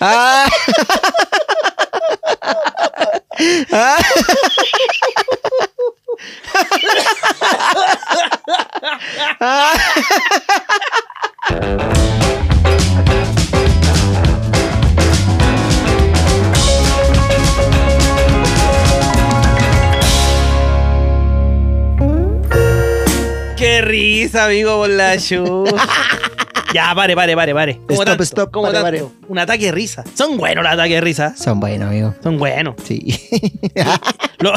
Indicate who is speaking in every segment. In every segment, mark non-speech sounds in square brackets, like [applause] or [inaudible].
Speaker 1: Ah. Ah. Ah.
Speaker 2: ¡Qué risa, amigo
Speaker 1: [laughs]
Speaker 2: Bolacho! ya, pare, pare, pare, pare.
Speaker 1: Stop, stop,
Speaker 2: como
Speaker 1: pare,
Speaker 2: tanto. Un ataque de risa. Son buenos los ataques de risa.
Speaker 1: Son buenos, amigo.
Speaker 2: Son buenos. [laughs]
Speaker 1: Sí. [laughs]
Speaker 2: Lo-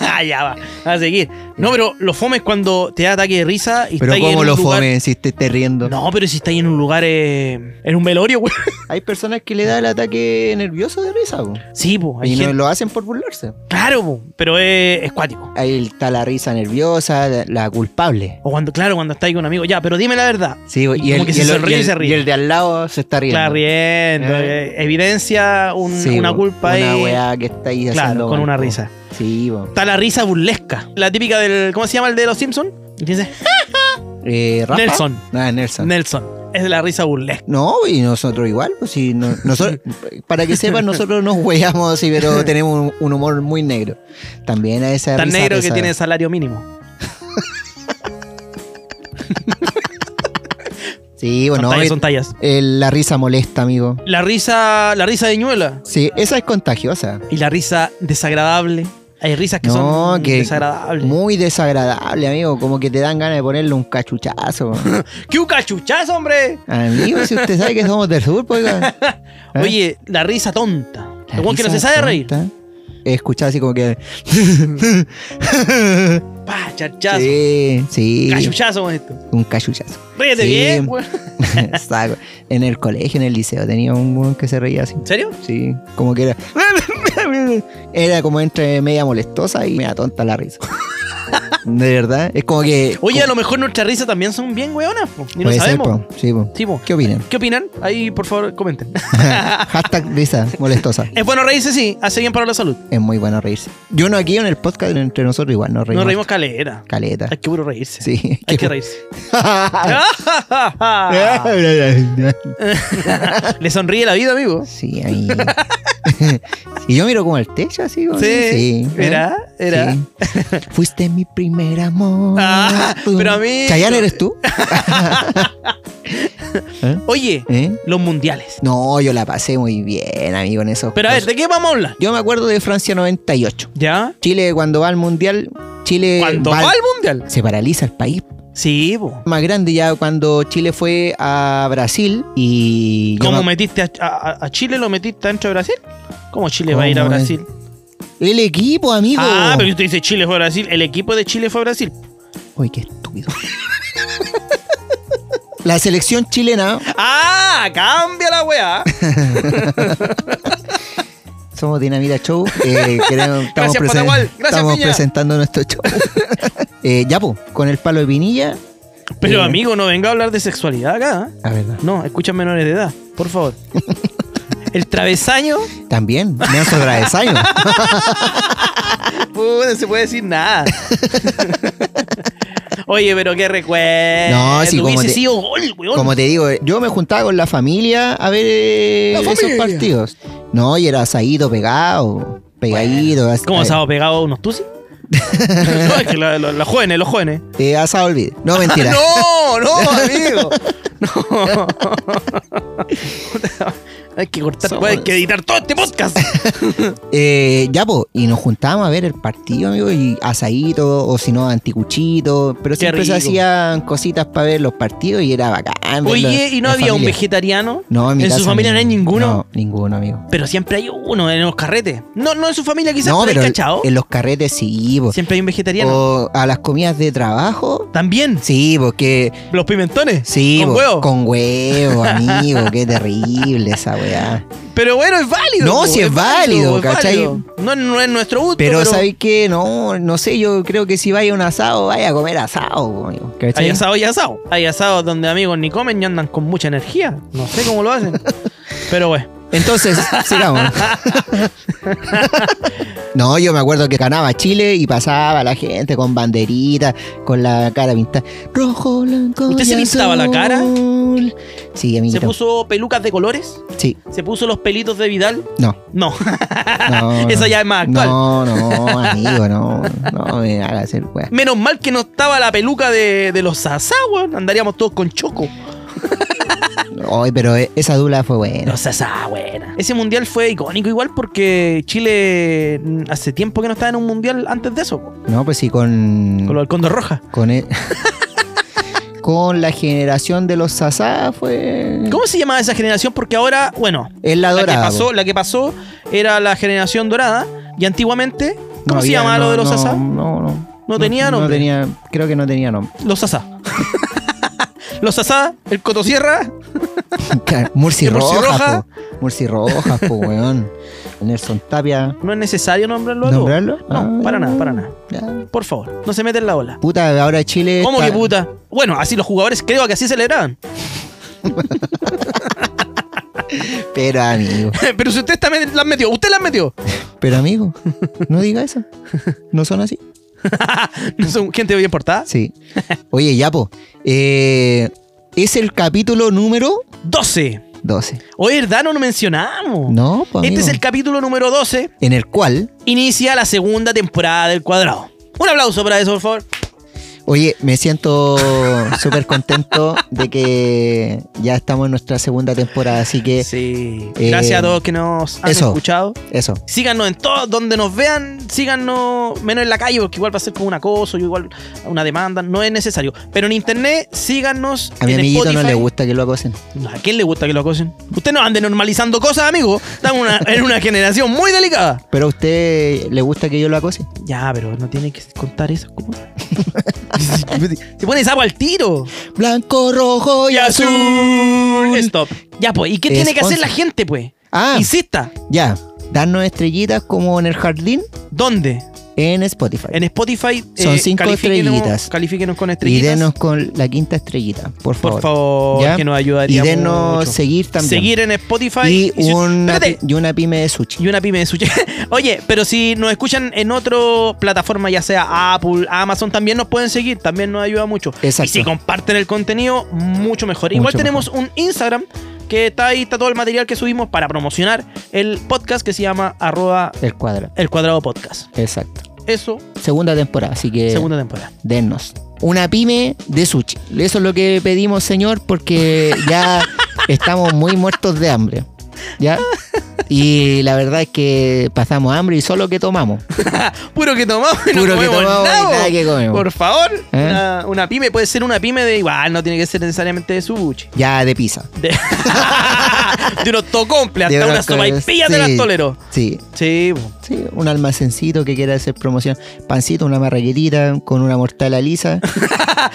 Speaker 2: Ah, [laughs] ya va. A seguir. No, pero lo fomes cuando te da ataque de risa y
Speaker 1: Pero
Speaker 2: estáis en
Speaker 1: ¿cómo
Speaker 2: un
Speaker 1: lo
Speaker 2: lugar-
Speaker 1: fome si te estés riendo?
Speaker 2: No, pero si estáis en un lugar. eh, en un velorio, güey. [laughs]
Speaker 1: Hay personas que le da el ataque nervioso de risa, po.
Speaker 2: Sí, pues.
Speaker 1: Y no lo hacen por burlarse.
Speaker 2: Claro, po, pero es, es cuático.
Speaker 1: Ahí está la risa nerviosa, la- la culpable.
Speaker 2: O cuando, claro, cuando estáis con un amigo. Ya, pero dime la verdad.
Speaker 1: Sí, y,
Speaker 2: Como
Speaker 1: el,
Speaker 2: que
Speaker 1: y
Speaker 2: se
Speaker 1: el-
Speaker 2: sonríe
Speaker 1: y
Speaker 2: y se
Speaker 1: el-
Speaker 2: ríe.
Speaker 1: y el de al lado se está riendo.
Speaker 2: Claro, riendo.
Speaker 1: Eh.
Speaker 2: eh, evidencia un-
Speaker 1: Sí,
Speaker 2: una
Speaker 1: bo,
Speaker 2: culpa
Speaker 1: Una
Speaker 2: ahí.
Speaker 1: weá que está ahí
Speaker 2: Claro,
Speaker 1: haciendo
Speaker 2: con
Speaker 1: mal,
Speaker 2: una
Speaker 1: po.
Speaker 2: risa.
Speaker 1: Sí, bo.
Speaker 2: Está la risa burlesca. La típica del. ¿Cómo se llama el de los Simpsons? Dice
Speaker 1: Eh, ¿Rafa?
Speaker 2: Nelson.
Speaker 1: Ah, Nelson.
Speaker 2: Nelson. Es la risa burlesca.
Speaker 1: no, y nosotros igual, pues sí, no-
Speaker 2: [laughs]
Speaker 1: nosotros, para que sepan, nosotros nos hueamos así, pero tenemos un, un humor muy negro. También a esa
Speaker 2: Tan
Speaker 1: risa
Speaker 2: negro que
Speaker 1: pesada.
Speaker 2: tiene salario mínimo.
Speaker 1: Sí,
Speaker 2: Son
Speaker 1: bueno,
Speaker 2: tallas,
Speaker 1: el-
Speaker 2: son tallas.
Speaker 1: el- la risa molesta, amigo.
Speaker 2: La risa. La risa de ñuela.
Speaker 1: Sí, esa es contagiosa.
Speaker 2: Y la risa desagradable. Hay risas que
Speaker 1: No,
Speaker 2: son
Speaker 1: que
Speaker 2: desagradables.
Speaker 1: muy desagradable, amigo, como que te dan ganas de ponerle un cachuchazo.
Speaker 2: ¡Qué un cachuchazo, hombre!
Speaker 1: amigo, si usted sabe que somos del sur,
Speaker 2: [laughs]
Speaker 1: pues. oiga. ¿Eh?
Speaker 2: Oye, la risa tonta.
Speaker 1: La
Speaker 2: Igual que no se
Speaker 1: risa
Speaker 2: sabe reír.
Speaker 1: tonta. He escuchado así como que.
Speaker 2: [laughs] Pa, chachazo.
Speaker 1: [laughs] Sí, sí.
Speaker 2: Cachuchazo con esto.
Speaker 1: Un cachuchazo.
Speaker 2: Ríete
Speaker 1: Sí.
Speaker 2: bien, güey.
Speaker 1: [laughs] Saco. en el colegio, en el liceo, tenía un weón que se reía así.
Speaker 2: ¿En serio?
Speaker 1: Sí, como que era. [laughs] Era como entre media molestosa y media tonta la risa. De verdad. Es como que.
Speaker 2: Oye, a lo mejor nuestras risas también son bien weonas, po. Y no
Speaker 1: Puede ser,
Speaker 2: sabemos.
Speaker 1: po. Sí, po.
Speaker 2: Sí, po.
Speaker 1: ¿Qué opinan? [laughs]
Speaker 2: ¿Qué opinan? Ahí, por favor, comenten.
Speaker 1: Hashtag risa molestosa.
Speaker 2: es bueno reírse, sí. Hace bien para la salud.
Speaker 1: Es muy bueno reírse. Yo no aquí en el podcast, entre nosotros igual nos reímos.
Speaker 2: Nos reímos calera.
Speaker 1: Caleta.
Speaker 2: Hay que puro reírse.
Speaker 1: [laughs] Sí.
Speaker 2: Hay que reírse. [laughs] Le sonríe la vida, amigo.
Speaker 1: [laughs] Sí, ahí. [laughs] y yo miro como al techo así, güey.
Speaker 2: Sí.
Speaker 1: sí. ¿eh?
Speaker 2: Era, era.
Speaker 1: Sí. Fuiste mi primer amor.
Speaker 2: Ah, pero a mí-
Speaker 1: ¿Chayanne eres
Speaker 2: [laughs]
Speaker 1: tú?
Speaker 2: Oye,
Speaker 1: ¿Eh?
Speaker 2: los mundiales.
Speaker 1: No, yo la pasé muy bien, amigo, en eso.
Speaker 2: Pero a ver, ¿de qué vamos a hablar?
Speaker 1: Yo me acuerdo de Francia 98.
Speaker 2: ¿Ya?
Speaker 1: Chile, cuando va al mundial, Chile.
Speaker 2: ¿Cuánto
Speaker 1: va al-
Speaker 2: va el mundial?
Speaker 1: Se paraliza el país.
Speaker 2: Sí, po.
Speaker 1: Más grande ya cuando Chile fue a Brasil y. yo
Speaker 2: ¿Cómo
Speaker 1: me-
Speaker 2: metiste a, a- a Chile? ¿Lo metiste dentro de Brasil? ¿Cómo Chile va a ir a
Speaker 1: ¿Cómo es?
Speaker 2: Brasil?
Speaker 1: El equipo, amigo.
Speaker 2: Ah, pero usted dice Chile fue a Brasil. El equipo de Chile fue a Brasil.
Speaker 1: Uy, qué estúpido. [laughs] La selección chilena,
Speaker 2: ¡Ah! ¡Cambia la
Speaker 1: [laughs]
Speaker 2: weá!
Speaker 1: somos Dinamita Show.
Speaker 2: [laughs]
Speaker 1: eh, queremos- estamos
Speaker 2: Gracias,
Speaker 1: presen-
Speaker 2: Patagual. Gracias,
Speaker 1: estamos
Speaker 2: Piña.
Speaker 1: presentando nuestro
Speaker 2: [laughs]
Speaker 1: show. eh, ya, po, con el palo de pinilla.
Speaker 2: Pero
Speaker 1: Eh,
Speaker 2: amigo, no venga a hablar de sexualidad acá. ¿eh?
Speaker 1: A ver, no.
Speaker 2: No, escuchan menores de edad, por [laughs] favor. El travesaño,
Speaker 1: también, Nelson Travesaño.
Speaker 2: [laughs] puh, no se puede decir nada. [laughs] Oye, pero qué recuerdo.
Speaker 1: No, sí, como
Speaker 2: Hubiese
Speaker 1: te-
Speaker 2: sido gol, weón.
Speaker 1: Como te digo, eh, yo me juntaba con la familia a ver eh,
Speaker 2: La
Speaker 1: esos
Speaker 2: familia.
Speaker 1: partidos. No, y era asadito pegado, pegadito. as-
Speaker 2: ¿Cómo
Speaker 1: eh,
Speaker 2: se ha pegado unos
Speaker 1: [laughs]
Speaker 2: tusis? no, es que la- la- los jóvenes, los jóvenes.
Speaker 1: eh, asado al vide. No,
Speaker 2: [laughs]
Speaker 1: mentira. [laughs]
Speaker 2: No, no, amigo. No. [laughs] Hay que cortar,
Speaker 1: Somos-
Speaker 2: hay que editar todo este podcast.
Speaker 1: [laughs] Eh, ya, po, y nos juntábamos a ver el partido, amigo, y asadito, o si no, anticuchito. Pero
Speaker 2: Qué
Speaker 1: siempre se
Speaker 2: rico.
Speaker 1: hacían cositas para ver los partidos y era bacán. verlo
Speaker 2: Oye,
Speaker 1: en-
Speaker 2: ¿y no
Speaker 1: en
Speaker 2: había un
Speaker 1: familia.
Speaker 2: vegetariano?
Speaker 1: No, en, mi
Speaker 2: ¿En su
Speaker 1: casa
Speaker 2: familia no hay ninguno?
Speaker 1: No, ninguno, amigo.
Speaker 2: Pero siempre hay uno en los carretes. No, no en su familia quizás,
Speaker 1: No,
Speaker 2: pero,
Speaker 1: pero
Speaker 2: hay cachao.
Speaker 1: en los carretes sí, po.
Speaker 2: Siempre hay un vegetariano.
Speaker 1: O a las comidas de trabajo.
Speaker 2: También,
Speaker 1: Sí, porque.
Speaker 2: los pimentones.
Speaker 1: Sí,
Speaker 2: ¿Con
Speaker 1: po,
Speaker 2: huevo?
Speaker 1: Con huevo, amigo. qué terrible esa weá.
Speaker 2: Pero bueno, es válido.
Speaker 1: No,
Speaker 2: po,
Speaker 1: si es válido, ¿cachai?
Speaker 2: válido. No, no es nuestro gusto.
Speaker 1: Pero,
Speaker 2: Pero,
Speaker 1: ¿sabéis qué? No, no sé. Yo creo que si vaya a un asado, vaya a comer asado, po, amigo. ¿Cachai?
Speaker 2: Hay asado y asado. Hay asados donde amigos ni comen ni andan con mucha energía. No sé cómo lo
Speaker 1: [laughs]
Speaker 2: hacen. pero bueno.
Speaker 1: Entonces, sigamos. [laughs] no, yo me acuerdo que ganaba Chile y pasaba la gente con banderita, con la cara pintada. Rojo, blanco.
Speaker 2: ¿Usted
Speaker 1: y
Speaker 2: se pintaba la
Speaker 1: azul.
Speaker 2: cara?
Speaker 1: azul. Sí,
Speaker 2: ¿Se
Speaker 1: amiguito.
Speaker 2: puso pelucas de colores?
Speaker 1: Sí,
Speaker 2: ¿Se puso los pelitos de Vidal?
Speaker 1: no.
Speaker 2: No. [laughs]
Speaker 1: no,
Speaker 2: Esa ya es más actual.
Speaker 1: No, no, amigo, no. No me haga hacer weá.
Speaker 2: Menos mal que no estaba la peluca de, de los Sasá, weón. Andaríamos todos con choco.
Speaker 1: Ay, pero e- esa dula fue buena.
Speaker 2: Los Sasá, buena. Ese mundial fue icónico igual porque Chile mm, hace tiempo que no estaba en un mundial antes de eso. po.
Speaker 1: No, pues sí, con.
Speaker 2: Con lo del Condor Roja.
Speaker 1: Con e- [laughs] con la generación de los Sasá fue.
Speaker 2: ¿Cómo se llamaba esa generación? Porque ahora, bueno,
Speaker 1: Es la
Speaker 2: la que,
Speaker 1: dorada.
Speaker 2: pasó,
Speaker 1: po.
Speaker 2: la que pasó era la generación dorada y antiguamente, ¿cómo
Speaker 1: No
Speaker 2: se
Speaker 1: había-
Speaker 2: llamaba
Speaker 1: no,
Speaker 2: lo de los
Speaker 1: no,
Speaker 2: Sasá?
Speaker 1: No, no.
Speaker 2: tenía
Speaker 1: No
Speaker 2: nombre.
Speaker 1: tenía, creo que no tenía nombre.
Speaker 2: Los Sasá. [laughs] los Sasá, el Cotosierra,
Speaker 1: [laughs] Claro, [laughs] Murci
Speaker 2: ¿Y Murci Roja?
Speaker 1: Rojas, po. Murci Rojas, po, weón. Nelson Tapia.
Speaker 2: no es necesario nombrarlo a todos.
Speaker 1: ¿Nombrarlo?
Speaker 2: No,
Speaker 1: Ah,
Speaker 2: para nada, para nada.
Speaker 1: ya.
Speaker 2: Por favor, no se meten la ola.
Speaker 1: Puta, ahora Chile.
Speaker 2: ¿Cómo
Speaker 1: está-
Speaker 2: que puta? Bueno, así los jugadores creo que así celebraban. [laughs]
Speaker 1: Pero amigo,
Speaker 2: Pero si usted está met- las metió, usted las metió.
Speaker 1: pero amigo, no diga eso. ¿No son así?
Speaker 2: [laughs] ¿No son gente bien portada?
Speaker 1: Sí. Oye, Yapo, eh, es el capítulo número
Speaker 2: 12.
Speaker 1: 12.
Speaker 2: Oye, ¿verdad? No lo mencionamos.
Speaker 1: No, pues
Speaker 2: este
Speaker 1: amigo,
Speaker 2: es el capítulo número 12.
Speaker 1: En el cual,
Speaker 2: Inicia la segunda temporada del cuadrado. Un aplauso para eso, por favor.
Speaker 1: oye, me siento súper contento de que ya estamos en nuestra segunda temporada, así que
Speaker 2: Sí.
Speaker 1: eh,
Speaker 2: Gracias a todos que nos han
Speaker 1: eso.
Speaker 2: escuchado.
Speaker 1: eso.
Speaker 2: Síganos en todo, donde nos vean, síganos menos en la calle, porque igual va a ser como un acoso, igual una demanda, no es necesario. Pero en internet, síganos.
Speaker 1: A mi
Speaker 2: en
Speaker 1: amiguito no
Speaker 2: Spotify.
Speaker 1: le gusta que lo acosen.
Speaker 2: ¿A quién le gusta que lo acosen? Usted no ande normalizando cosas, amigo. Estamos en
Speaker 1: [laughs]
Speaker 2: una- en una generación muy delicada.
Speaker 1: Pero a usted le gusta que yo lo acose.
Speaker 2: Ya, pero no tiene que contar eso. ¿cómo? [laughs] Se pone agua al tiro.
Speaker 1: Blanco, rojo y azul.
Speaker 2: Stop. Ya, pues. ¿Y qué tiene que hacer
Speaker 1: Sponsor.
Speaker 2: la gente, pues?
Speaker 1: Ah,
Speaker 2: Insista.
Speaker 1: ya. Darnos estrellitas como en el jardín
Speaker 2: ¿Dónde?
Speaker 1: en Spotify.
Speaker 2: En Spotify.
Speaker 1: Son cinco
Speaker 2: califíquenos-
Speaker 1: estrellitas.
Speaker 2: Califíquenos con
Speaker 1: y
Speaker 2: estrellitas.
Speaker 1: denos con la quinta estrellita, por favor.
Speaker 2: Por favor,
Speaker 1: ¿Ya?
Speaker 2: que nos
Speaker 1: y
Speaker 2: ayudaría
Speaker 1: denos
Speaker 2: mucho.
Speaker 1: seguir también.
Speaker 2: Seguir en Spotify.
Speaker 1: y,
Speaker 2: si-
Speaker 1: una,
Speaker 2: espérate,
Speaker 1: y una pyme de sushi.
Speaker 2: y una pyme de sushi. [laughs] Oye, pero si nos escuchan en otra plataforma, ya sea Apple, Amazon, también nos pueden seguir, también nos ayuda mucho.
Speaker 1: Exacto.
Speaker 2: Y si comparten el contenido, mucho mejor. Igual
Speaker 1: Mucho
Speaker 2: tenemos un Instagram que está ahí, está todo el material que subimos para promocionar el podcast que se llama arroba
Speaker 1: El cuadrado.
Speaker 2: el cuadrado podcast.
Speaker 1: Exacto.
Speaker 2: Eso,
Speaker 1: Segunda temporada, así que
Speaker 2: segunda temporada.
Speaker 1: denos. Una pyme de sushi. Eso es lo que pedimos, señor, porque
Speaker 2: [laughs]
Speaker 1: ya estamos muy muertos de hambre. ¿Ya? Y la verdad es que pasamos hambre y solo que tomamos.
Speaker 2: Puro que tomamos [laughs] y no
Speaker 1: Puro que
Speaker 2: comemos
Speaker 1: tomamos y
Speaker 2: nada.
Speaker 1: nada que comemos.
Speaker 2: Por favor,
Speaker 1: ¿Eh?
Speaker 2: una, una pyme puede ser una pyme de igual, no tiene que ser necesariamente de sushi.
Speaker 1: Ya de pizza.
Speaker 2: De, [laughs] de unos tocomple, hasta
Speaker 1: De
Speaker 2: unas
Speaker 1: brócoli,
Speaker 2: sopaipillas de
Speaker 1: sí.
Speaker 2: las tolero.
Speaker 1: Sí,
Speaker 2: Sí, po.
Speaker 1: sí, un almacencito que quiera hacer promoción. Pancito, una marraquetita con una
Speaker 2: [laughs]
Speaker 1: mortadela lisa.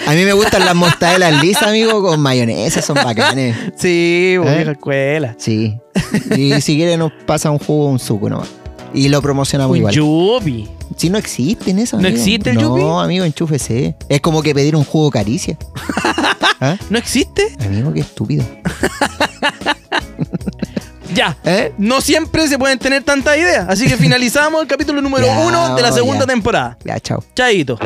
Speaker 1: A mí me gustan las mortadelas lisas, amigo, con mayonesa, son bacanes.
Speaker 2: sí, po,
Speaker 1: ¿Eh?
Speaker 2: vieja escuela.
Speaker 1: Sí.
Speaker 2: [laughs]
Speaker 1: Y si quiere nos pasa un jugo o un suco nomás. Y lo promocionamos
Speaker 2: Un
Speaker 1: igual.
Speaker 2: yupi.
Speaker 1: Si no existen esas.
Speaker 2: ¿No
Speaker 1: amigo.
Speaker 2: existe el yupi?
Speaker 1: No, amigo, enchúfese. Es como que pedir un jugo
Speaker 2: [laughs]
Speaker 1: caricia. ¿Ah?
Speaker 2: ¿No existe?
Speaker 1: Amigo, qué estúpido.
Speaker 2: Ya.
Speaker 1: ¿Eh?
Speaker 2: No siempre se pueden tener tantas ideas. Así que finalizamos el capítulo número
Speaker 1: [laughs] Ya,
Speaker 2: uno de la segunda
Speaker 1: ya.
Speaker 2: temporada.
Speaker 1: Ya, chao.
Speaker 2: Chaito.